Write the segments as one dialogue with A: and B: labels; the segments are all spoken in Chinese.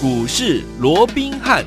A: 股市罗宾汉。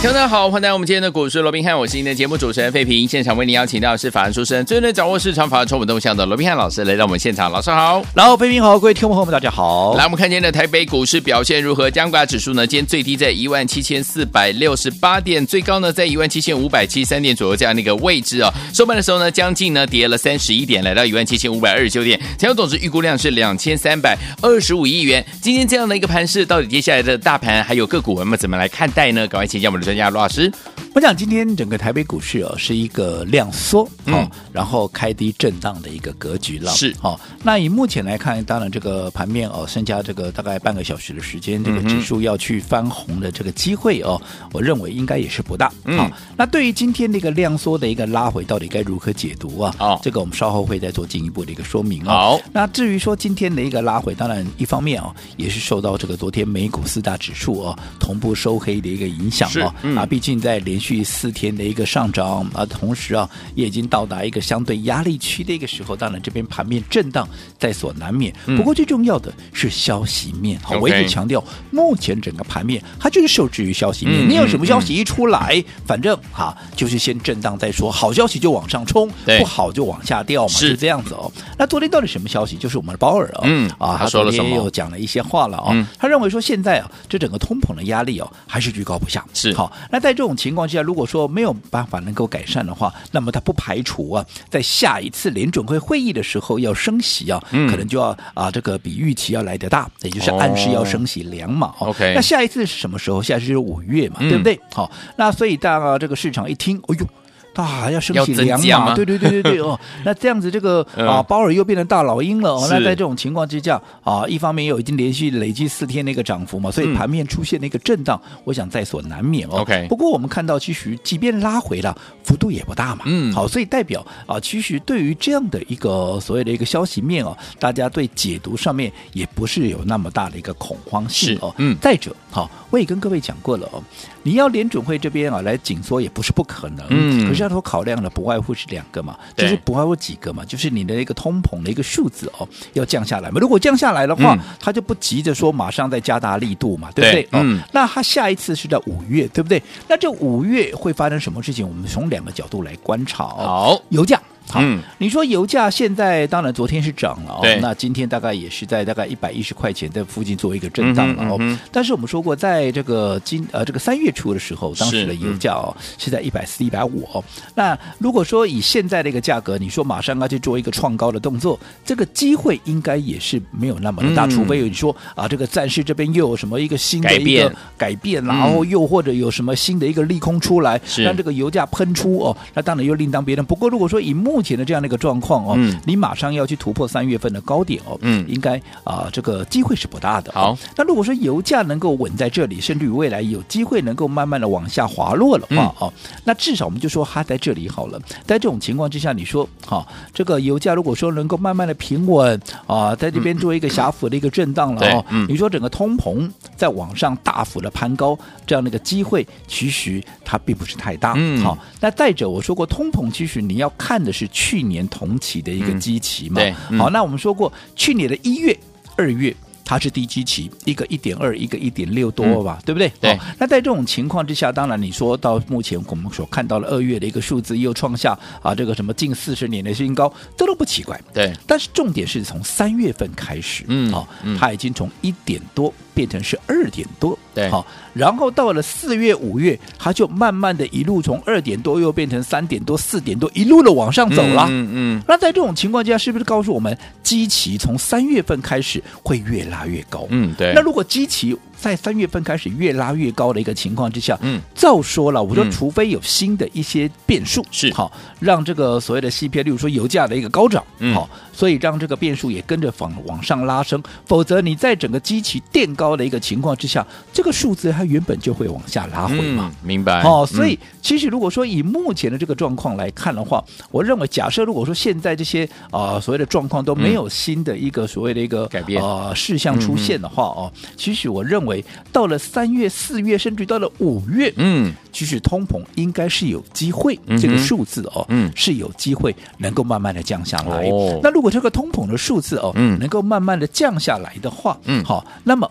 B: 听众大家好，欢迎来到我们今天的股市罗宾汉，我是您的节目主持人费平。现场为您邀请到的是法案出身、最能掌握市场法案筹码动向的罗宾汉老师来到我们现场，老师好。
A: 然后，飞平好，各位听众朋友们，大家好。
B: 来，我们看今天的台北股市表现如何？加权指数呢，今天最低在一万七千四百六十八点，最高呢在一万七千五百七十三点左右这样的一个位置哦。收盘的时候呢，将近呢跌了三十一点，来到一万七千五百二十九点，成交总值预估量是两千三百二十五亿元。今天这样的一个盘势，到底接下来的大盘还有个股，我们怎么来看待呢？赶快请教我们的专家罗老师。
A: 我想今天整个台北股市哦是一个量缩，
B: 嗯
A: 哦，然后开低震荡的一个格局了，
B: 是
A: 哦。那以目前来看，当然这个盘面哦，剩下这个大概半个小时的时
B: 嗯
A: 间，这个指数要去翻红的这个机会哦，我认为应该也是不大。
B: 嗯
A: 好那对于今天这个量缩的一个拉回，到底该如何解读啊？
B: 哦
A: 这个我们稍后会再做进一步的一个说明哦。
B: 好，
A: 那至于说今天的一个拉回，当然一方面哦，也是受到这个昨天美股四大指数哦同步收黑的一个影响
B: 是
A: 哦，
B: 嗯
A: 啊，毕竟在连续四天的一个上涨啊，同时啊也已经到达一个相对压力区的一个时候，当然这边盘面震荡在所难免。不过最重要的是消息面，好
B: 嗯 OK
A: 我一直强调，目前整个盘面它就是受制于消息面，
B: 嗯
A: 你有什
B: 嗯
A: 么消息一出来，反正哈、就是先震荡再说，好消息就往上冲，
B: 对
A: 不好就往下掉嘛，
B: 是
A: 是这样子哦。那昨天到底什么消息？就是我们的鲍尔哦，
B: 嗯
A: 啊，
B: 他说了什么
A: 昨天也有讲了一些话了哦。
B: 嗯
A: 他认为说现在啊，这整个通膨的压力哦，还是居高不下。
B: 是
A: 好，那在这种情况之下，如果说没有办法能够改善的话，那么他不排除啊，在下一次联准会会议的时候要升息啊，
B: 嗯
A: 可能就要啊这个比预期要来得大，也就是暗示要升息两码、哦。
B: OK
A: 那下一次是什么时候？下一次就是五月嘛，
B: 嗯
A: 对不对？好，那所以大家这个市场一听，哎呦。啊，要升
B: 要
A: 息
B: 增
A: 两
B: 加吗
A: 码，对对对对对哦，那这样子这个
B: 嗯
A: 啊，鲍尔又变成大老鹰了哦。那
B: 是
A: 在这种情况之下啊，一方面又已经连续累积四天的一个涨幅嘛，所以
B: 嗯
A: 盘面出现了一个震荡，我想在所难免哦。
B: OK
A: 不过我们看到，其实即便拉回了，幅度也不大嘛。
B: 嗯
A: 好，所以代表啊，其实对于这样的一个所谓的一个消息面哦，大家对解读上面也不是有那么大的一个恐慌性哦
B: 是。嗯
A: 再者，好、我也跟各位讲过了哦，你要联准会这边啊来紧缩也不是不可能，
B: 嗯
A: 可是要头考量的不外乎是两个嘛，
B: 对
A: 就是不外乎几个嘛，就是你的一个通膨的一个数字哦要降下来嘛，如果降下来的话，
B: 嗯
A: 他就不急着说马上再加大力度嘛，对不
B: 对
A: 对？
B: 嗯
A: 哦，那他下一次是在五月，对不对？那这五月会发生什么事情？我们从两个角度来观察哦。
B: 好，
A: 油价。好，
B: 嗯
A: 你说油价现在当然昨天是涨了
B: 对
A: 哦，那今天大概也是在大概一百一十块钱的附近做一个震荡了哦。
B: 嗯哼嗯哼
A: 但是我们说过，在这个今呃这个三月初的时候，当
B: 是嗯
A: 时的油价哦是在一百四、一百五哦。那如果说以现在的一个价格，你说马上要去做一个创高的动作，这个机会应该也是没有那么的大，
B: 嗯
A: 除非你说啊这个战事这边又有什么一个新的
B: 改
A: 一
B: 变嗯
A: 个呃改变，然后又或者有什么新的一个利空出来，
B: 是
A: 让这个油价喷出哦，那当然又另当别论。不过如果说以目前的这样的一个状况哦，
B: 嗯
A: 你马上要去突破三月份的高点哦，
B: 嗯
A: 应该啊、这个机会是不大的、哦
B: 好，
A: 那如果说油价能够稳在这里，甚至于未来有机会能够慢慢的往下滑落的
B: 嗯
A: 话哦，那至少我们就说它在这里好了。在这种情况之下，你说哈、这个油价如果说能够慢慢的平稳啊，在这
B: 嗯
A: 边做一个狭幅的一个震荡了哦
B: 对，嗯
A: 你说整个通膨在往上大幅的攀高这样的一个机会，其实它并不是太大。
B: 嗯
A: 好，那再者我说过，通膨其实你要看的是去年同期的一个
B: 嗯
A: 基期嘛。
B: 对嗯
A: 好，那我们说过，去年的一月、二月。它是低基期，一个一点二，一个一点六多吧，对不对？
B: 嗯对
A: 好那在这种情况之下，当然你说到目前我们所看到的二月的一个数字又创下啊这个什么近四十年的新高，这都不奇怪。
B: 对，
A: 但是重点是从三月份开始，
B: 嗯
A: 好、
B: 嗯
A: 它已经从一点多变成是二点多，
B: 对
A: 好、然后到了四月、五月，它就慢慢的一路从二点多又变成三点多、四点多，一路的往上走了。
B: 嗯嗯
A: 那在这种情况之下，是不是告诉我们基期从三月份开始会越拉越高？
B: 嗯，对，
A: 那如果基期在三月份开始越拉越高的一个情况之下，
B: 嗯，
A: 照说了，我说
B: 嗯
A: 除非有新的一些变数，
B: 是
A: 好让这个所谓的 CPI，例如说油价的一个高涨，
B: 嗯
A: 好，所以让这个变数也跟着往往上拉升，否则你在整个基期垫高的一个情况之下，这个数字它原本就啊会往下拉回嘛。
B: 嗯，明白
A: 哦，所以
B: 嗯
A: 其实如果说以目前的这个状况来看的话，我认为假设如果说现在这些啊、呃所谓的状况都没有新的一个所谓的一个
B: 改变
A: 呃事项出现的话哦，其实我认为到了三月、四月，甚至到了五月，
B: 嗯
A: 其实通膨应该是有机会，
B: 嗯哼
A: 这个数字哦，
B: 嗯
A: 是有机会能够慢慢的降下来。
B: 哦
A: 那如果这个通膨的数字哦，
B: 嗯
A: 能够慢慢的降下来的话，
B: 嗯
A: 好，那么。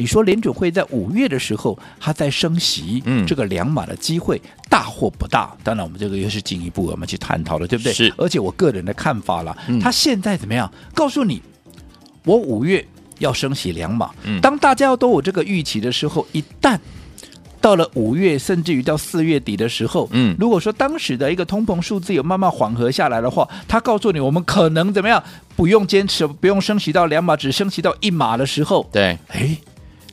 A: 你说联准会在五月的时候，它在升息，
B: 嗯
A: 这个两码的机会大或不大？当然，我们这个又是进一步我们去探讨了，对不对？
B: 是嗯
A: 而且我个人的看法啦，它现在怎么样？告诉你，我五月要升息两码。
B: 嗯
A: 当大家都有这个预期的时候，一旦到了五月，甚至于到四月底的时候，
B: 嗯
A: 如果说当时的一个通膨数字有慢慢缓和下来的话，他告诉你我们可能怎么样，不用坚持，不用升息到两码，只升息到一码的时候，
B: 对，
A: 哎，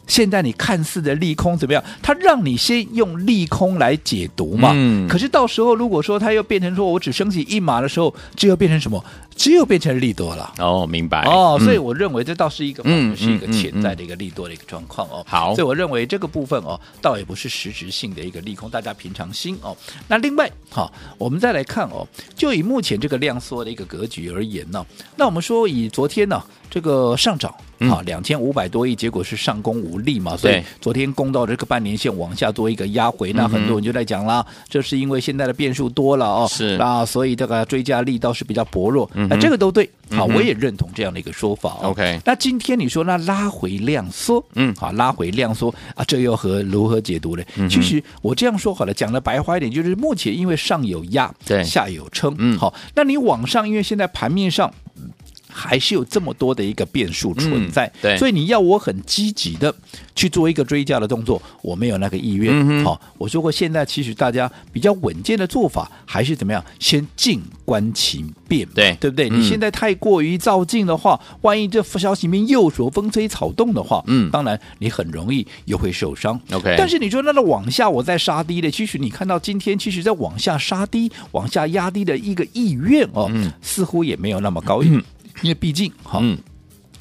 A: 现在你看似的利空怎么样？它让你先用利空来解读嘛。
B: 嗯
A: 可是到时候如果说它又变成说我只升息一码的时候，只有变成什么？只有变成利多了。
B: 哦，明白
A: 哦，所以
B: 嗯
A: 我认为这倒是一个，
B: 嗯
A: 嗯、是一个
B: 嗯嗯
A: 潜在的一个利多的一个状况哦。
B: 好
A: 所以我认为这个部分哦，倒也不是实质性的一个利空，大家平常心哦。那另外，好、我们再来看哦，就以目前这个量缩的一个格局而言呢、那我们说以昨天呢、这个上涨。
B: 嗯
A: 好，两千五百多亿，结果是上攻无力嘛，所以
B: 对
A: 昨天攻到这个半年线往下做一个压回，
B: 嗯
A: 那很多人就在讲啦，这是因为现在的变数多了哦，
B: 是
A: 啊，所以这个追加力倒是比较薄弱，
B: 嗯
A: 那
B: 哼
A: 这个都对，好，
B: 嗯哼
A: 我也认同这样的一个说法、哦。
B: OK
A: 那今天你说那拉回量缩，
B: 嗯
A: 好，拉回量缩啊，这又何如何解读呢？其实我这样说好了，讲的白话一点，就是目前因为上有压，
B: 对
A: 下有撑，
B: 嗯
A: 好，那你往上，因为现在盘面上。还是有这么多的一个变数存在，
B: 嗯对
A: 所以你要我很积极的去做一个追加的动作，我没有那个意愿。
B: 嗯哼
A: 好，我说过，现在其实大家比较稳健的做法还是怎么样，先静观其变嘛，
B: 对
A: 对不对？
B: 嗯
A: 你现在太过于照进的话，万一这消息面又说风吹草动的话，
B: 嗯
A: 当然你很容易又会受伤。
B: OK
A: 但是你说那个往下我在杀低的，其实你看到今天，其实在往下杀低、往下压低的一个意愿哦，
B: 嗯
A: 似乎也没有那么高，因为因为毕竟哈。
B: 嗯，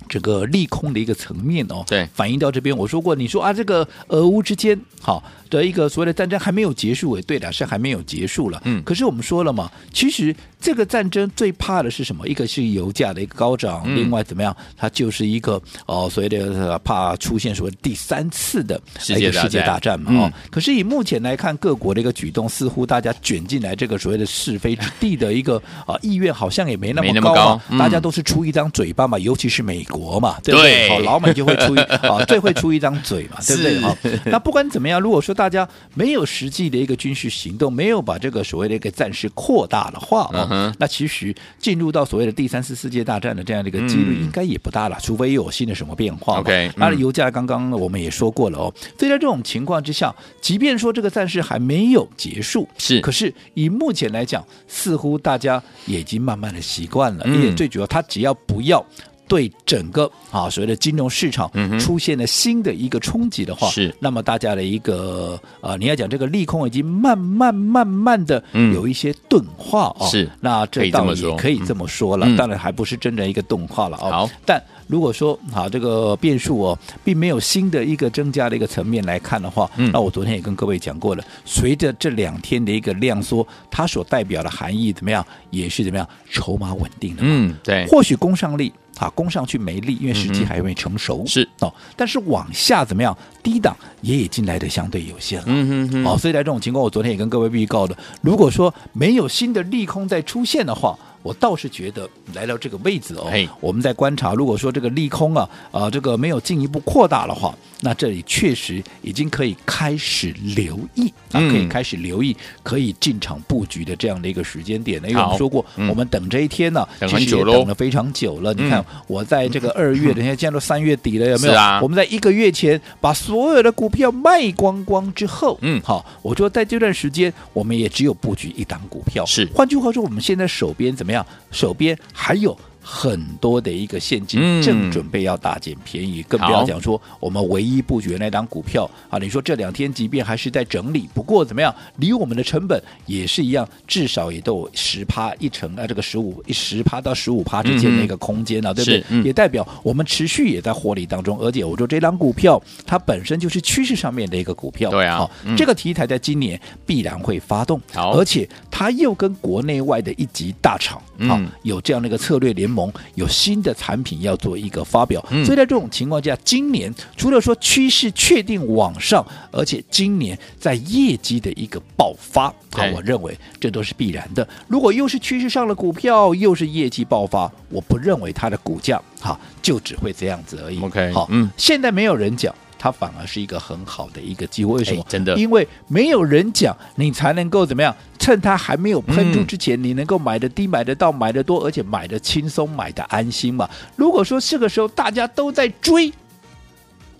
A: 这个利空的一个层面哦，
B: 对
A: 反映到这边，我说过，你说啊，这个俄乌之间好的一个所谓的战争还没有结束，也对的，是还没有结束了，
B: 嗯
A: 可是我们说了嘛，其实这个战争最怕的是什么？一个是油价的一个高涨，
B: 嗯
A: 另外怎么样，它就是一个哦，所谓的呃怕出现所谓第三次的
B: 世
A: 一
B: 界
A: 个
B: 大战嗯
A: 哎世界大战嘛，哦，可是以目前来看，各国的一个举动，似乎大家卷进来这个所谓的是非之地的一个啊、意愿，好像也没那
B: 没那
A: 么
B: 么
A: 高啊
B: 高嗯
A: 大家都是出一张嘴巴嘛，尤其是美国嘛，对不
B: 对
A: 对？好，老美就会 出一啊，最会出一张嘴嘛，对不对？
B: 是
A: 好，那不管怎么样，如果说大家没有实际的一个军事行动，没有把这个所谓的一个战事扩大的话
B: 嗯
A: 哦，
B: 哼
A: 那其实进入到所谓的第三次世界大战的这样的一个几率
B: 嗯
A: 应该也不大了，除非又有新的什么变化嘛。
B: OK，
A: 那
B: 嗯
A: 油价刚刚我们也说过了哦，所以在这种情况之下，即便说这个战事还没有结束，
B: 是
A: 可是以目前来讲，似乎大家也已经慢慢的习惯了，
B: 嗯
A: 而且最主要，它只要不要。对整个啊所谓的金融市场
B: 嗯哼
A: 出现了新的一个冲击的话，
B: 是
A: 那么大家的一个呃，你要讲这个利空已经慢慢慢慢的
B: 嗯
A: 有一些钝化哦，
B: 是
A: 那
B: 可
A: 这
B: 以这
A: 倒
B: 么
A: 也
B: 说
A: 可以这么说了，
B: 嗯
A: 当然还不是真的一个钝化了哦。
B: 好，
A: 但如果说啊这个变数哦，并没有新的一个增加的一个层面来看的话，
B: 嗯
A: 那我昨天也跟各位讲过了，随着这两天的一个量缩，它所代表的含义怎么样，也是怎么样筹码稳定的嘛。
B: 嗯，对，
A: 或许攻上力啊，攻上去没力，因为时
B: 嗯
A: 机
B: 哼
A: 还未成熟、
B: 是
A: 哦。但是往下怎么样，低档也已经来的相对有限了。
B: 嗯哼哼，
A: 哦，所以在这种情况，我昨天也跟各位预告了，如果说没有新的利空再出现的话。我倒是觉得来到这个位置哦
B: 嘿，
A: 我们在观察，如果说这个利空啊，啊、这个没有进一步扩大的话，那这里确实已经可以开始留意啊，
B: 嗯
A: 可以开始留意可以进场布局的这样的一个时间点呢。因为我
B: 好
A: 们说过，
B: 嗯
A: 我们等这一天呢、
B: 等
A: 其
B: 很
A: 实也
B: 久喽
A: 等了非常久
B: 嗯
A: 了。你看，我在这个二月，人家现在都三月底了，有没有？
B: 是啊
A: 我们在一个月前把所有的股票卖光光之后，
B: 嗯
A: 好，我说在这段时间，我们也只有布局一档股票。
B: 是
A: 换句话说，我们现在手边怎么样？手边还有。很多的一个现金、
B: 嗯
A: 正准备要大捡便宜，更不要
B: 好
A: 讲说我们唯一布局的那档股票啊。你说这两天即便还是在整理，不过怎么样，离我们的成本也是一样，至少也都有十趴一成啊，这个十五十趴到十五趴之间的一个空间啊，对不对
B: 嗯是？嗯
A: 也代表我们持续也在获利当中，而且我说这档股票它本身就是趋势上面的一个股票，
B: 对啊
A: 好、
B: 嗯
A: 这个题材在今年必然会发动，
B: 好
A: 而且它又跟国内外的一级大厂，
B: 嗯
A: 好有这样的一个策略联盟，有新的产品要做一个发表，
B: 嗯
A: 所以在这种情况下，今年除了说趋势确定往上，而且今年在业绩的一个爆发，好
B: 对，
A: 我认为这都是必然的。如果又是趋势上的股票，又是业绩爆发，我不认为它的股价哈就只会这样子而已。
B: OK，
A: 好，
B: 嗯，
A: 现在没有人讲。它反而是一个很好的一个机会。为什么？
B: 哎真的
A: 因为没有人讲，你才能够怎么样？趁它还没有
B: 嗯
A: 喷出之前，你能够买的低、买得到、买得多，而且买的轻松、买的安心嘛。如果说这个时候大家都在追，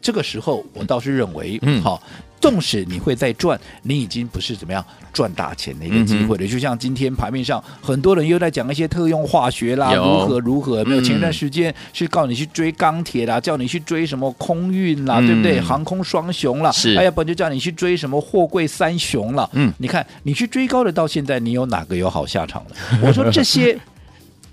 A: 这个时候我倒是认为，
B: 嗯
A: 好。纵使你会在赚，你已经不是怎么样赚大钱的一
B: 嗯
A: 个机会了。就像今天盘面上，很多人又在讲一些特用化学啦，
B: 有
A: 如何如何，有没有？
B: 嗯
A: 前段时间是告你去追钢铁啦，叫你去追什么空运啦，
B: 嗯
A: 对不对？航空双雄啦，
B: 是
A: 哎呀，本就叫你去追什么货柜三雄了。
B: 嗯
A: 你看你去追高的，到现在你有哪个有好下场的？ 我说这些。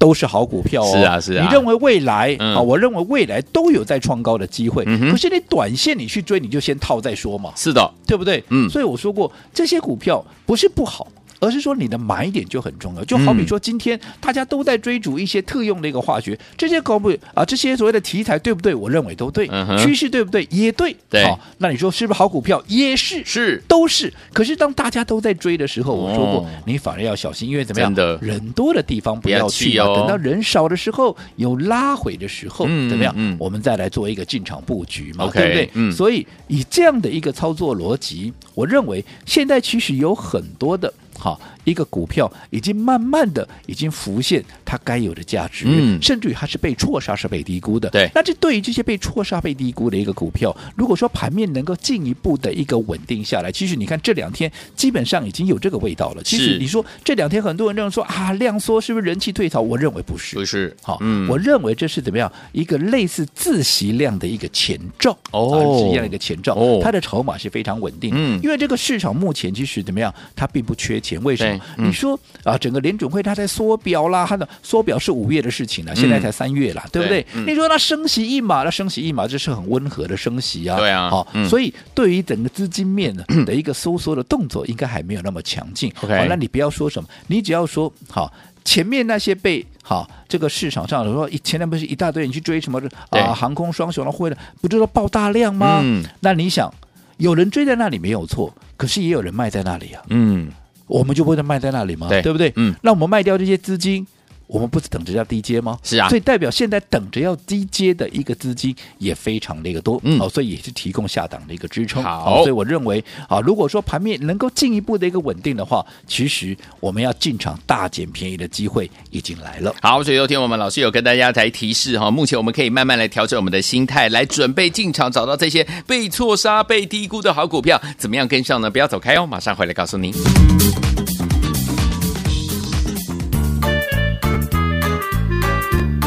A: 都是好股票哦，
B: 是啊是啊
A: 你认为未来、
B: 嗯
A: 啊？我认为未来都有在创高的机会，
B: 嗯哼
A: 可是你短线你去追，你就先套再说嘛，
B: 是的，
A: 对不对？
B: 嗯
A: 所以我说过，这些股票不是不好。而是说你的买点就很重要，就
B: 嗯
A: 好比说今天大家都在追逐一些特用的一个化学，这些搞不啊这些所谓的题材对不对？我认为都对，
B: 嗯哼
A: 趋势对不对？也对。
B: 对
A: 好，那你说是不是好股票？也是，
B: 是
A: 都是。可是当大家都在追的时候，我说过
B: 哦，
A: 你反而要小心，因为怎么样？
B: 真的
A: 人多的地方不
B: 不
A: 要
B: 要去
A: 去嘛
B: 哦
A: 等到人少的时候，有拉回的时候，
B: 嗯
A: 怎么样
B: 嗯嗯？
A: 我们再来做一个进场布局嘛
B: OK，
A: 对不对？
B: 嗯
A: 所以以这样的一个操作逻辑，我认为现在其实有很多的。好，一个股票已经慢慢的已经浮现它该有的价值，
B: 嗯
A: 甚至于它是被错杀、是被低估的。
B: 对
A: 那这对于这些被错杀、被低估的一个股票，如果说盘面能够进一步的一个稳定下来，其实你看这两天基本上已经有这个味道了。其
B: 是
A: 实你说这两天很多人这样说啊，量缩是不是人气退潮？我认为不是
B: 不。是
A: 好，
B: 嗯
A: 我认为这是怎么样一个类似自习量的一个前兆
B: 哦
A: 啊是一样的一个前兆，
B: 哦
A: 它的筹码是非常稳定的，
B: 嗯
A: 因为这个市场目前其实怎么样，它并不缺钱，为什么
B: 对？嗯
A: 你说啊，整个联准会它在缩表啦，它的缩表是五月的事情啊了，现在才三月了，对不对
B: 对？嗯
A: 你说那升息一码，那升息一码，这是很温和的升息啊，
B: 对啊
A: 好，
B: 嗯
A: 所以对于整个资金面呢的一个收缩的动作，应该还没有那么强劲。
B: OK
A: 好，那你不要说什么，你只要说好。前面那些被好这个市场上的说，前面不是一大堆人去追什么
B: 对
A: 啊航空双雄的会的，不就都爆大量吗？
B: 嗯
A: 那你想，有人追在那里没有错，可是也有人卖在那里啊，
B: 嗯，
A: 我们就不能卖在那里吗？
B: 对
A: 不对？
B: 嗯，
A: 那我们卖掉这些资金，我们不是等着要低接吗？
B: 是啊
A: 所以代表现在等着要低接的一个资金也非常的一个多，
B: 嗯
A: 哦，所以也是提供下档的一个支撑。
B: 好
A: 哦所以我认为啊，如果说盘面能够进一步的一个稳定的话，其实我们要进场大捡便宜的机会已经来了。
B: 好，所以昨天我们老师有跟大家来提示哈，目前我们可以慢慢来调整我们的心态，来准备进场，找到这些被错杀、被低估的好股票，怎么样跟上呢？不要走开哦，马上回来告诉您。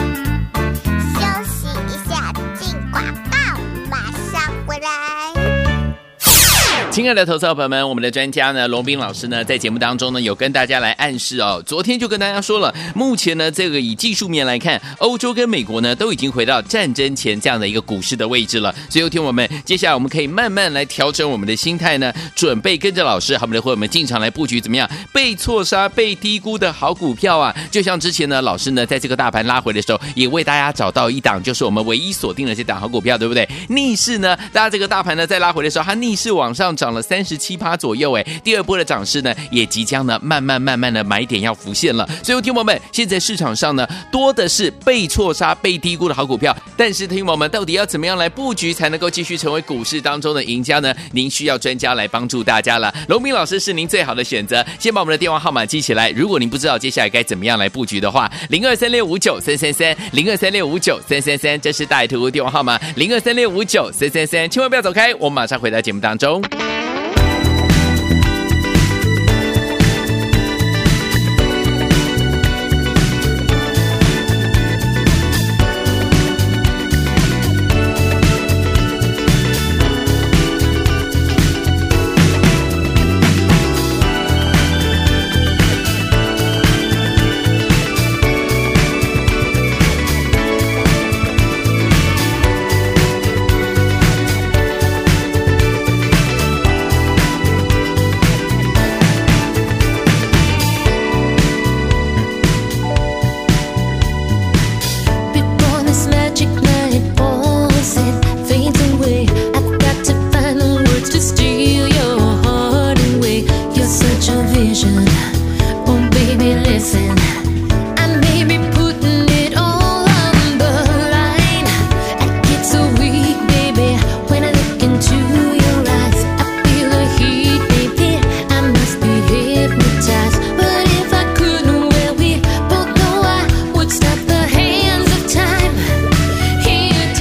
C: 休息一下，进广告，马上回来。
B: 亲爱的投资者朋友们，我们的专家呢，龙斌老师呢，在节目当中呢，有跟大家来暗示哦。昨天就跟大家说了，目前呢，这个以技术面来看，欧洲跟美国呢，都已经回到战争前这样的一个股市的位置了。所以，有听我们，接下来我们可以慢慢来调整我们的心态呢，准备跟着老师，好，我们的会我们进场来布局怎么样？被错杀、被低估的好股票啊，就像之前呢，老师呢，在这个大盘拉回的时候，也为大家找到一档，就是我们唯一锁定的这档好股票，对不对？逆势呢，大家这个大盘呢，在拉回的时候，它逆势往上涨了三十七趴左右，哎，第二波的涨势呢，也即将呢，慢慢慢慢的买点要浮现了。所以，听众朋友们，现在市场上呢，多的是被错杀、被低估的好股票，但是，听众朋友们，到底要怎么样来布局才能够继续成为股市当中的赢家呢？您需要专家来帮助大家了。龙斌老师是您最好的选择，先把我们的电话号码记起来。如果您不知道接下来该怎么样来布局的话，零二三六五九三三三，零二三六五九三三三，这是大爱图电话号码，零二三六五九三三三，千万不要走开，我们马上回到节目当中。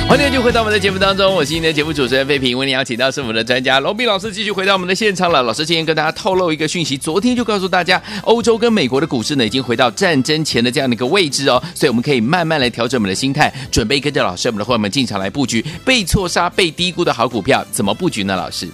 B: 欢迎就回到我们的节目当中，我是今天的节目主持人费平，为您邀请到是我们的专家龙斌老师，继续回到我们的现场了。老师今天跟大家透露一个讯息，昨天就告诉大家，欧洲跟美国的股市呢已经回到战争前的这样的一个位置哦，所以我们可以慢慢来调整我们的心态，准备跟着老师我们的伙伴们进场来布局被错杀、被低估的好股票，怎么布局呢？老师，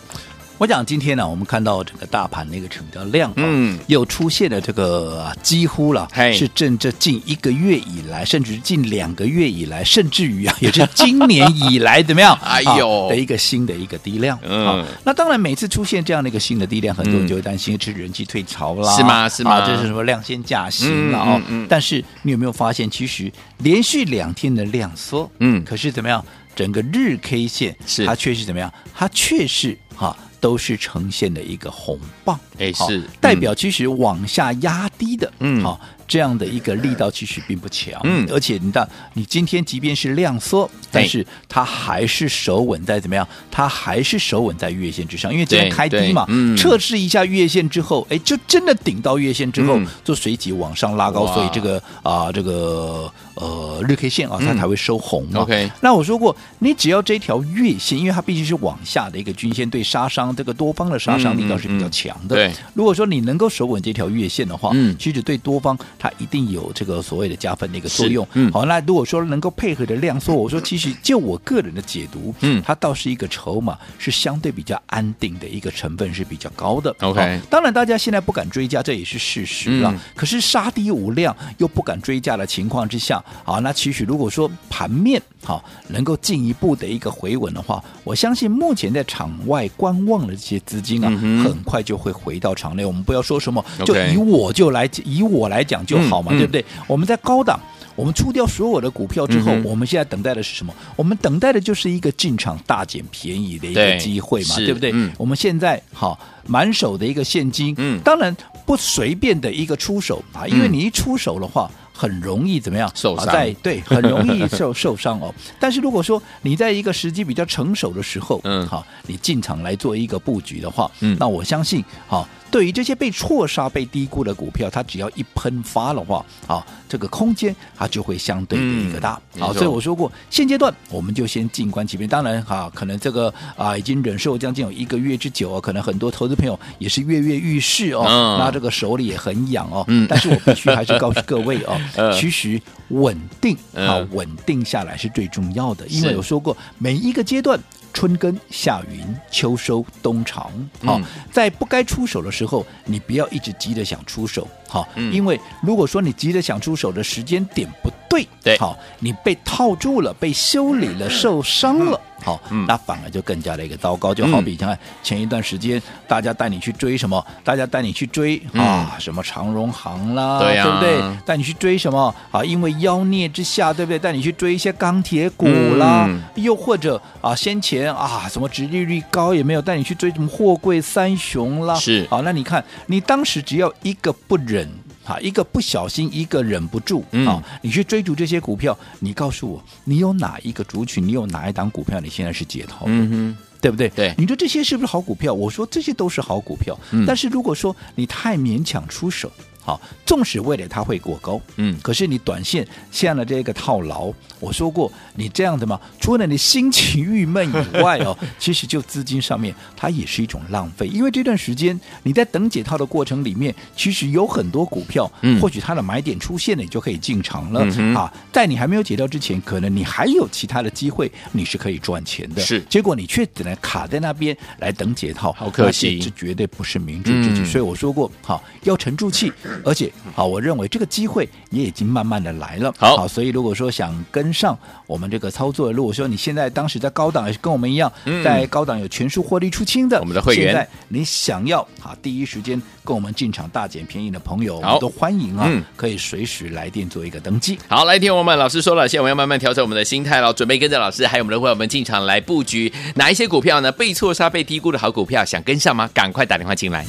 A: 我讲今天呢，我们看到整个大盘那个成交量、啊，
B: 嗯
A: 嗯，又出现了这个、啊几乎了
B: 嘿，
A: 是正这近一个月以来，甚至是近两个月以来，甚至于啊， 也是今年以来怎么样？
B: 哎
A: 啊
B: 呦
A: 的一个新的一个低量。
B: 嗯
A: 啊，那当然每次出现这样的一个新的低量，很多
B: 嗯
A: 人就会担心是人气退潮啦，
B: 是吗是吗
A: 啊这是什么量先价行了
B: 嗯
A: 哦
B: 嗯嗯。
A: 但是你有没有发现，其实连续两天的量缩，
B: 嗯
A: 可是怎么样？整个日 K 线
B: 是
A: 它确实怎么样？它确实哈、都是呈现的一个红棒，
B: 哎
A: 好
B: 是嗯
A: 代表其实往下压低的，
B: 嗯
A: 好、这样的一个力道其实并不强，
B: 嗯
A: 而且你看，你今天即便是量缩，但
B: 哎
A: 是它还是手稳在怎么样？它还是手稳在月线之上，因为今天
B: 对
A: 开低嘛
B: 对，嗯
A: 测试一下月线之后，哎，就真的顶到月线之后，
B: 嗯
A: 就随即往上拉高，
B: 哇
A: 所以这个啊、这个呃日 K 线啊，它
B: 嗯
A: 才会收红嘛。
B: OK
A: 那我说过，你只要这条月线，因为它毕竟是往下的一个均线，对杀伤这个多方的杀伤力
B: 嗯
A: 倒是比
B: 嗯
A: 较
B: 嗯
A: 强的。
B: 对
A: 如果说你能够守稳这条月线的话，
B: 嗯
A: 其实对多方它一定有这个所谓的加分的一个作
B: 是
A: 用。
B: 嗯
A: 好，那如果说能够配合着量缩，我说其实就我个人的解读，
B: 嗯
A: 它倒是一个筹码是相对比较安定的一个成分是比较高的。
B: OK
A: 好当然大家现在不敢追加，这也是事实了。
B: 嗯
A: 可是杀低无量又不敢追价的情况之下，啊，那其实如果说盘面好、能够进一步的一个回稳的话，我相信目前在场外观望的这些资金啊，
B: 嗯哼
A: 很快就会回到场内。我们不要说什么，
B: OK
A: 就以我就来以我来讲就好嘛，
B: 嗯嗯
A: 对不对？我们在高档。我们出掉所有的股票之后，
B: 嗯哼
A: 我们现在等待的是什么？我们等待的就是一个进场大捡便宜的一个
B: 对
A: 机会嘛，
B: 是
A: 对不对？
B: 嗯
A: 我们现在好满手的一个现金，
B: 嗯
A: 当然不随便的一个出手啊，因为
B: 嗯
A: 你一出手的话。很容易怎么样？
B: 受
A: 啊
B: 伤
A: 在 对，很容易受受伤哦。但是如果说你在一个时机比较成熟的时候，
B: 嗯
A: 好，你进场来做一个布局的话，
B: 嗯
A: 那我相信，好，对于这些被错杀、被低估的股票，它只要一喷发的话，啊，这个空间它就会相对的一个大。
B: 嗯没
A: 好，
B: 错
A: 所以我说过，现阶段我们就先静观其变。当然哈、可能这个啊已经忍受将近有一个月之久哦，可能很多投资朋友也是跃跃欲试哦，
B: 嗯
A: 那这个手里也很痒哦。
B: 嗯
A: 但是我必须还是告诉各位哦
B: 呃，
A: 其实稳定
B: 嗯
A: 啊，稳定下来是最重要的，因为
B: 是
A: 有说过每一个阶段。春耕、夏耘、秋收、冬藏，好、
B: 嗯
A: 在不该出手的时候，你不要一直急着想出手，好、
B: 嗯
A: 因为如果说你急着想出手的时间点不对，
B: 对
A: 好、你被套住了，被修理了，受伤了。好，
B: 嗯
A: 那反而就更加的一个糟糕，就好比你看前一段时间大家带你去追什么，大家带你去追啊什么长荣行
B: 嗯
A: 啦，
B: 对呀
A: 不对？带你去追什么啊？因为妖孽之下，对不对？带你去追一些钢铁股啦，
B: 嗯
A: 又或者啊，先前啊什么殖利率高也没有带你去追什么货柜三雄啦，
B: 是
A: 好，那你看，你当时只要一个不忍啊，一个不小心，一个忍不住啊、
B: 嗯
A: 你去追逐这些股票，你告诉我，你有哪一个族群，你有哪一档股票，你现在是解套的？
B: 嗯哼，
A: 对不对？
B: 对
A: 你说这些是不是好股票？我说这些都是好股票，
B: 嗯
A: 但是如果说你太勉强出手，好，纵使未来它会过高，
B: 嗯
A: 可是你短线陷了这个套牢，我说过你这样的嘛，除了你心情郁闷以外 哦，其实就资金上面它也是一种浪费，因为这段时间你在等解套的过程里面，其实有很多股票，
B: 嗯
A: 或许它的买点出现了，你就可以进场了、
B: 嗯哼
A: 啊，在你还没有解套之前，可能你还有其他的机会，你是可以赚钱的，
B: 是
A: 结果你却只能卡在那边来等解套，
B: 好可惜
A: 那这绝对不是明智之举。
B: 嗯
A: 所以我说过，好要沉住气，而且好，我认为这个机会也已经慢慢的来了。
B: 好
A: 所以如果说想跟上我们这个操作的路，如果说你现在当时在高档也是跟我们一样，
B: 嗯
A: 在高档有全数获利出清的，
B: 我们的会员
A: 现在你想要啊第一时间跟我们进场大捡便宜的朋友，我
B: 好
A: 们都欢迎啊，
B: 嗯
A: 可以随时来电做一个登记。
B: 好，来，听我们老师说了，现在我们要慢慢调整我们的心态了，准备跟着老师还有我们的会员们进场来布局哪一些股票呢？被错杀、被低估的好股票，想跟上吗？赶快打电话进来。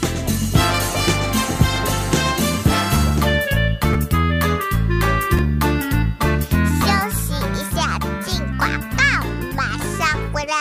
C: 休息一下，进广告，马上回来。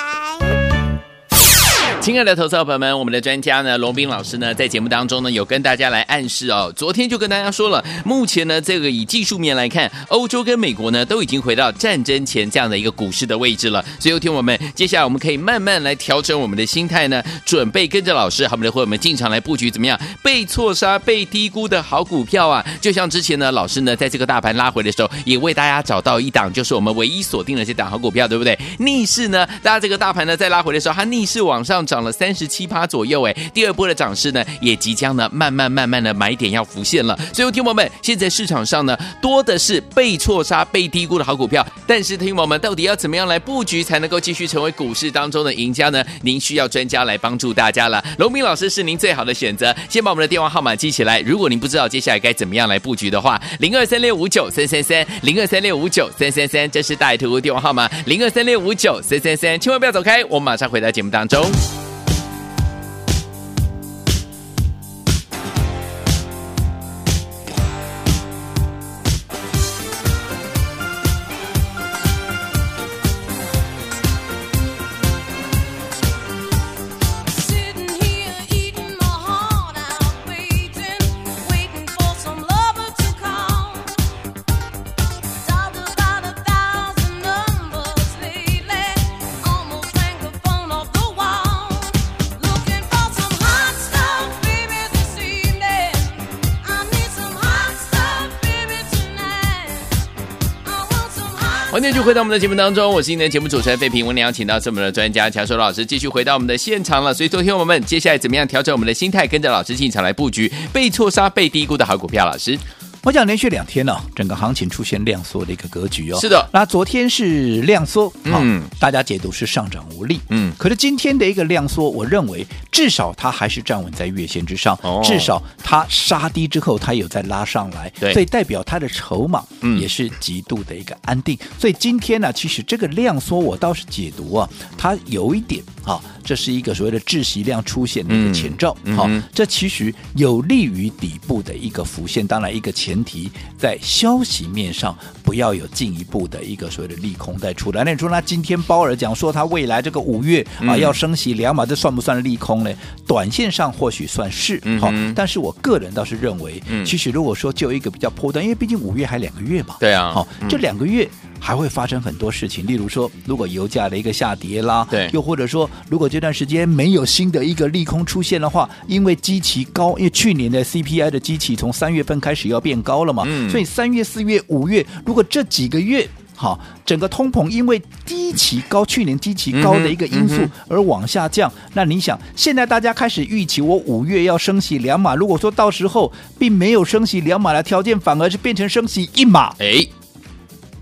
B: 亲爱的投资者朋友们，我们的专家呢，龙斌老师呢，在节目当中呢，有跟大家来暗示哦。昨天就跟大家说了，目前呢，这个以技术面来看，欧洲跟美国呢，都已经回到战争前这样的一个股市的位置了。所以，听我们，接下来我们可以慢慢来调整我们的心态呢，准备跟着老师，还有我们的会员们进场来布局，怎么样？被错杀、被低估的好股票啊，就像之前呢，老师呢，在这个大盘拉回的时候，也为大家找到一档，就是我们唯一锁定的这档好股票，对不对？逆势呢，大家这个大盘呢，在拉回的时候，它逆势往上涨了三十七趴左右，哎，第二波的涨势呢，也即将呢慢慢慢慢的买点要浮现了。所以，听众朋友们，现在市场上呢多的是被错杀、被低估的好股票，但是听众朋友们到底要怎么样来布局才能够继续成为股市当中的赢家呢？您需要专家来帮助大家了。龙斌老师是您最好的选择，先把我们的电话号码记起来。如果您不知道接下来该怎么样来布局的话，零二三六五九三三三，零二三六五九三三三，这是大爱图的电话号码，零二三六五九三三三，千万不要走开，我们马上回到节目当中。
D: Sitting here eating my heart out, waiting, waiting for some lover to call. Dialed about a thousand numbers lately, almost hung the phone off the wall. Looking for some hot stuff, baby, this evening. I need some hot stuff, baby, tonight. I want some hot.
B: 欢迎继续回到我们的节目当中，我是今天的节目主持人费平。我们邀请到是我们的专家乔守老师，继续回到我们的现场了。所以，昨天我们接下来怎么样调整我们的心态，跟着老师进场来布局被错杀、被低估的好股票？老师，
A: 我讲连续两天呢、整个行情出现量缩的一个格局哦。
B: 是的
A: 那昨天是量缩，
B: 嗯
A: 嗯，大家解读是上涨无力，
B: 嗯
A: 可是今天的一个量缩，我认为至少它还是站稳在月线之上，
B: 哦
A: 至少它杀低之后，它有再拉上来，
B: 对
A: 所以代表它的筹码
B: 嗯
A: 也是极度的一个安定。所以今天呢、其实这个量缩，我倒是解读啊，它有一点啊，这是一个所谓的窒息量出现的一个前兆，
B: 嗯
A: 好、
B: 嗯哼
A: 这其实有利于底部的一个浮现。当然，一个前提在消息面上不要有进一步的一个所谓的利空再出来。那你说，那今天鲍尔讲说他未来这个五月啊、
B: 嗯
A: 要升息两码，这算不算利空呢？短线上或许算是
B: 嗯
A: 好、
B: 哼
A: 但是我个人倒是认为，
B: 嗯
A: 其实如果说就一个比较波段，因为毕竟五月还两个月嘛，
B: 对啊
A: 好、
B: 嗯
A: 这两个月。还会发生很多事情，例如说，如果油价的一个下跌啦，
B: 对
A: 又或者说，如果这段时间没有新的一个利空出现的话，因为基期高，因为去年的 CPI 的基期从三月份开始要变高了嘛，
B: 嗯
A: 所以三月、四月、五月，如果这几个月。好，整个通膨因为基期高，去年基期高的一个因素
B: 嗯
A: 而往下降。那你想，现在大家开始预期我五月要升息两码，如果说到时候并没有升息两码的条件，反而是变成升息一码，
B: 哎，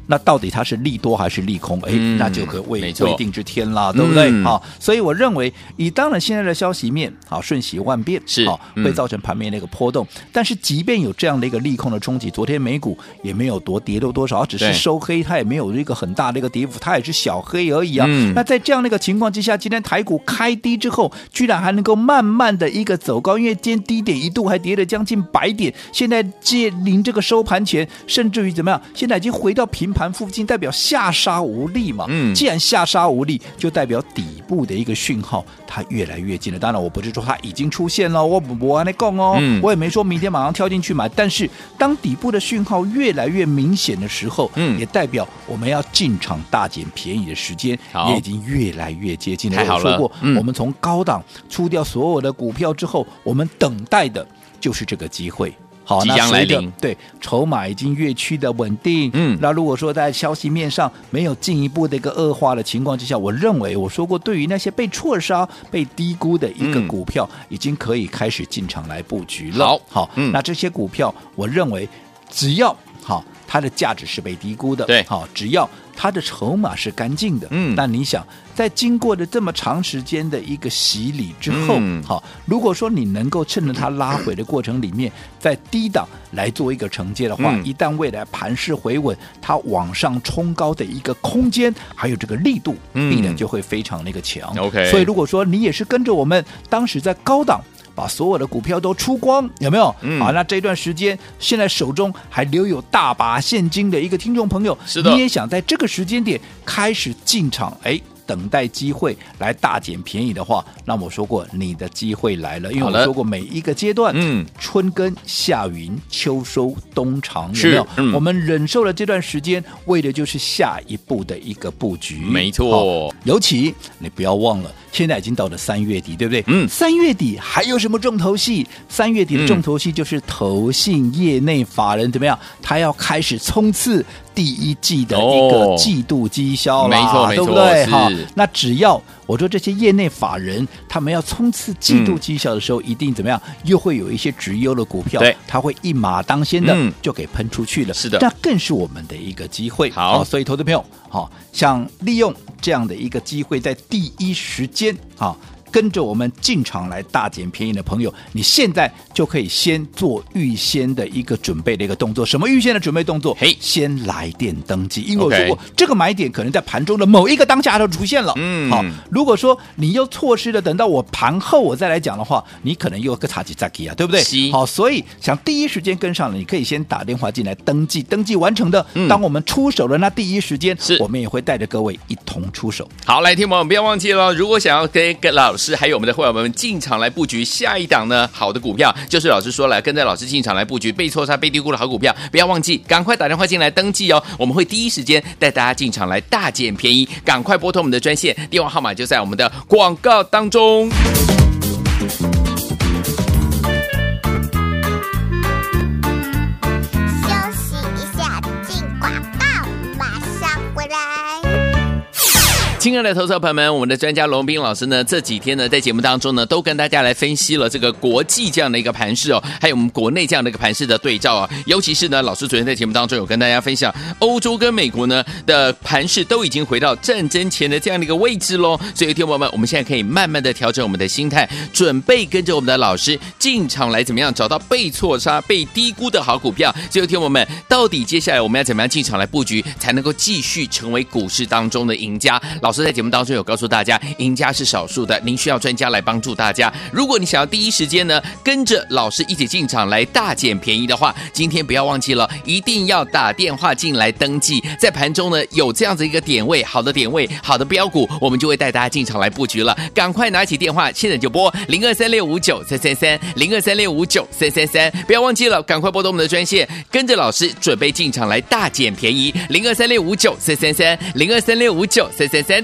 A: 那到底它是利多还是利空？哎、
B: 嗯
A: 那就可未
B: 没错
A: 未定之天啦，对不对？
B: 嗯
A: 好，所以我认为，以当然现在的消息面好瞬息万变，
B: 是
A: 好
B: 嗯
A: 会造成盘面的一个波动。但是即便有这样的一个利空的冲击，昨天美股也没有多跌落多少，只
B: 对
A: 是收黑，它也没有一个很大的一个跌幅，它也是小黑而已啊。
B: 嗯
A: 那在这样的一个情况之下，今天台股开低之后，居然还能够慢慢的一个走高，因为今天低点一度还跌了将近百点，现在接临这个收盘前，甚至于怎么样，现在已经回到平盘附近，代表下杀无力嘛。
B: 嗯
A: 既然下杀无力，就代表底部的一个讯号它越来越近了。当然，我不是说它已经出现了，我不我还没供哦，
B: 嗯
A: 我也没说明天马上跳进去买，但是当底部的讯号越来越明显的时候，
B: 嗯
A: 也代表我们要进场大捡便宜的时间
B: 好
A: 也已经越来越接近了。
B: 太好
A: 我有
B: 了
A: 说过，
B: 嗯
A: 我们从高档出掉所有的股票之后，我们等待的就是这个机会。好，
B: 即
A: 那
B: 将来
A: 随着
B: 临
A: 对，筹码已经越趋的稳定。
B: 嗯
A: 那如果说在消息面上没有进一步的一个恶化的情况之下，我认为我说过，对于那些被错杀、被低估的一个
B: 嗯
A: 股票，已经可以开始进场来布局了。
B: 好
A: 好，
B: 嗯
A: 那这些股票，我认为只要好。它的价值是被低估的，
B: 对
A: 好，只要它的筹码是干净的，
B: 嗯
A: 那你想，在经过了这么长时间的一个洗礼之后，
B: 嗯
A: 好，如果说你能够趁着它拉回的过程里面，在低档来做一个承接的话，
B: 嗯
A: 一旦未来盘势回稳，它往上冲高的一个空间，还有这个力度，
B: 嗯
A: 必然就会非常的一个强。
B: OK
A: 所以如果说你也是跟着我们当时在高档。把所有的股票都出光，有没有？
B: 嗯
A: 好，那这段时间现在手中还留有大把现金的一个听众朋友，
B: 是的
A: 你也想在这个时间点开始进场，哎，等待机会来大捡便宜的话，那我说过你的机会来了，因为
B: 好
A: 我
B: 了
A: 说过每一个阶段，
B: 嗯，
A: 春耕、夏耘、秋收、冬藏，
B: 是
A: 有没有？
B: 嗯
A: 我们忍受了这段时间，为的就是下一步的一个布局。
B: 没错
A: 好尤其你不要忘了，现在已经到了三月底，对不对？
B: 嗯
A: 三月底还有什么重头戏？三月底的重头戏就是投信业内法人怎么样？他要开始冲刺第一季的一
B: 哦
A: 个季度绩效啦，
B: 没错没
A: 对不
B: 错
A: 对？
B: 是
A: 好，那只要我说这些业内法人他们要冲刺季度绩效的时候，一定怎么样？又会有一些直优的股票
B: 对，
A: 它会一马当先的
B: 嗯
A: 就给喷出去了。
B: 是的
A: 那更是我们的一个机会。啊
B: 好
A: 所以投资朋友，好、想利用这样的一个机会，在第一时间啊。跟着我们进场来大捡便宜的朋友，你现在就可以先做预先的一个准备的一个动作。什么预先的准备动作？
B: 嘿
A: 先来电登记，因为我说
B: OK
A: 过这个买点可能在盘中的某一个当下就出现了。
B: 嗯
A: 好，如果说你又错失了，等到我盘后我再来讲的话，你可能又个差几扎基啊，对不对
B: 是？
A: 好，所以想第一时间跟上了，你可以先打电话进来登记，登记完成的，
B: 嗯
A: 当我们出手的那第一时间
B: 是，
A: 我们也会带着各位一同出手。
B: 好，来，听众朋友们不要忘记了，如果想要跟跟老师还有我们的会员们进场来布局下一档呢好的股票，就是老师说了，跟着老师进场来布局被错杀、被低估的好股票，不要忘记赶快打电话进来登记哦，我们会第一时间带大家进场来大捡便宜，赶快拨通我们的专线，电话号码就在我们的广告当中。
C: 休息一下，进广告，马上回来。
B: 亲爱的投资者朋友们，我们的专家龙斌老师呢，这几天呢在节目当中呢，都跟大家来分析了这个国际这样的一个盘势哦，还有我们国内这样的一个盘势的对照啊。尤其是呢，老师昨天在节目当中有跟大家分享，欧洲跟美国呢的盘势都已经回到战争前的这样的一个位置喽。所以，听众朋友们，我们现在可以慢慢的调整我们的心态，准备跟着我们的老师进场来怎么样找到被错杀、被低估的好股票。所以，听众朋友们，到底接下来我们要怎么样进场来布局，才能够继续成为股市当中的赢家？老师在节目当中有告诉大家，赢家是少数的，您需要专家来帮助大家。如果你想要第一时间呢跟着老师一起进场来大捡便宜的话，今天不要忘记了，一定要打电话进来登记。在盘中呢有这样子一个点位，好的点位，好的标股，我们就会带大家进场来布局了。赶快拿起电话，现在就拨零二三六五九三三三零二三六五九三三三，不要忘记了，赶快拨通我们的专线，跟着老师准备进场来大捡便宜。零二三六五九三三三零二三六五九三三三，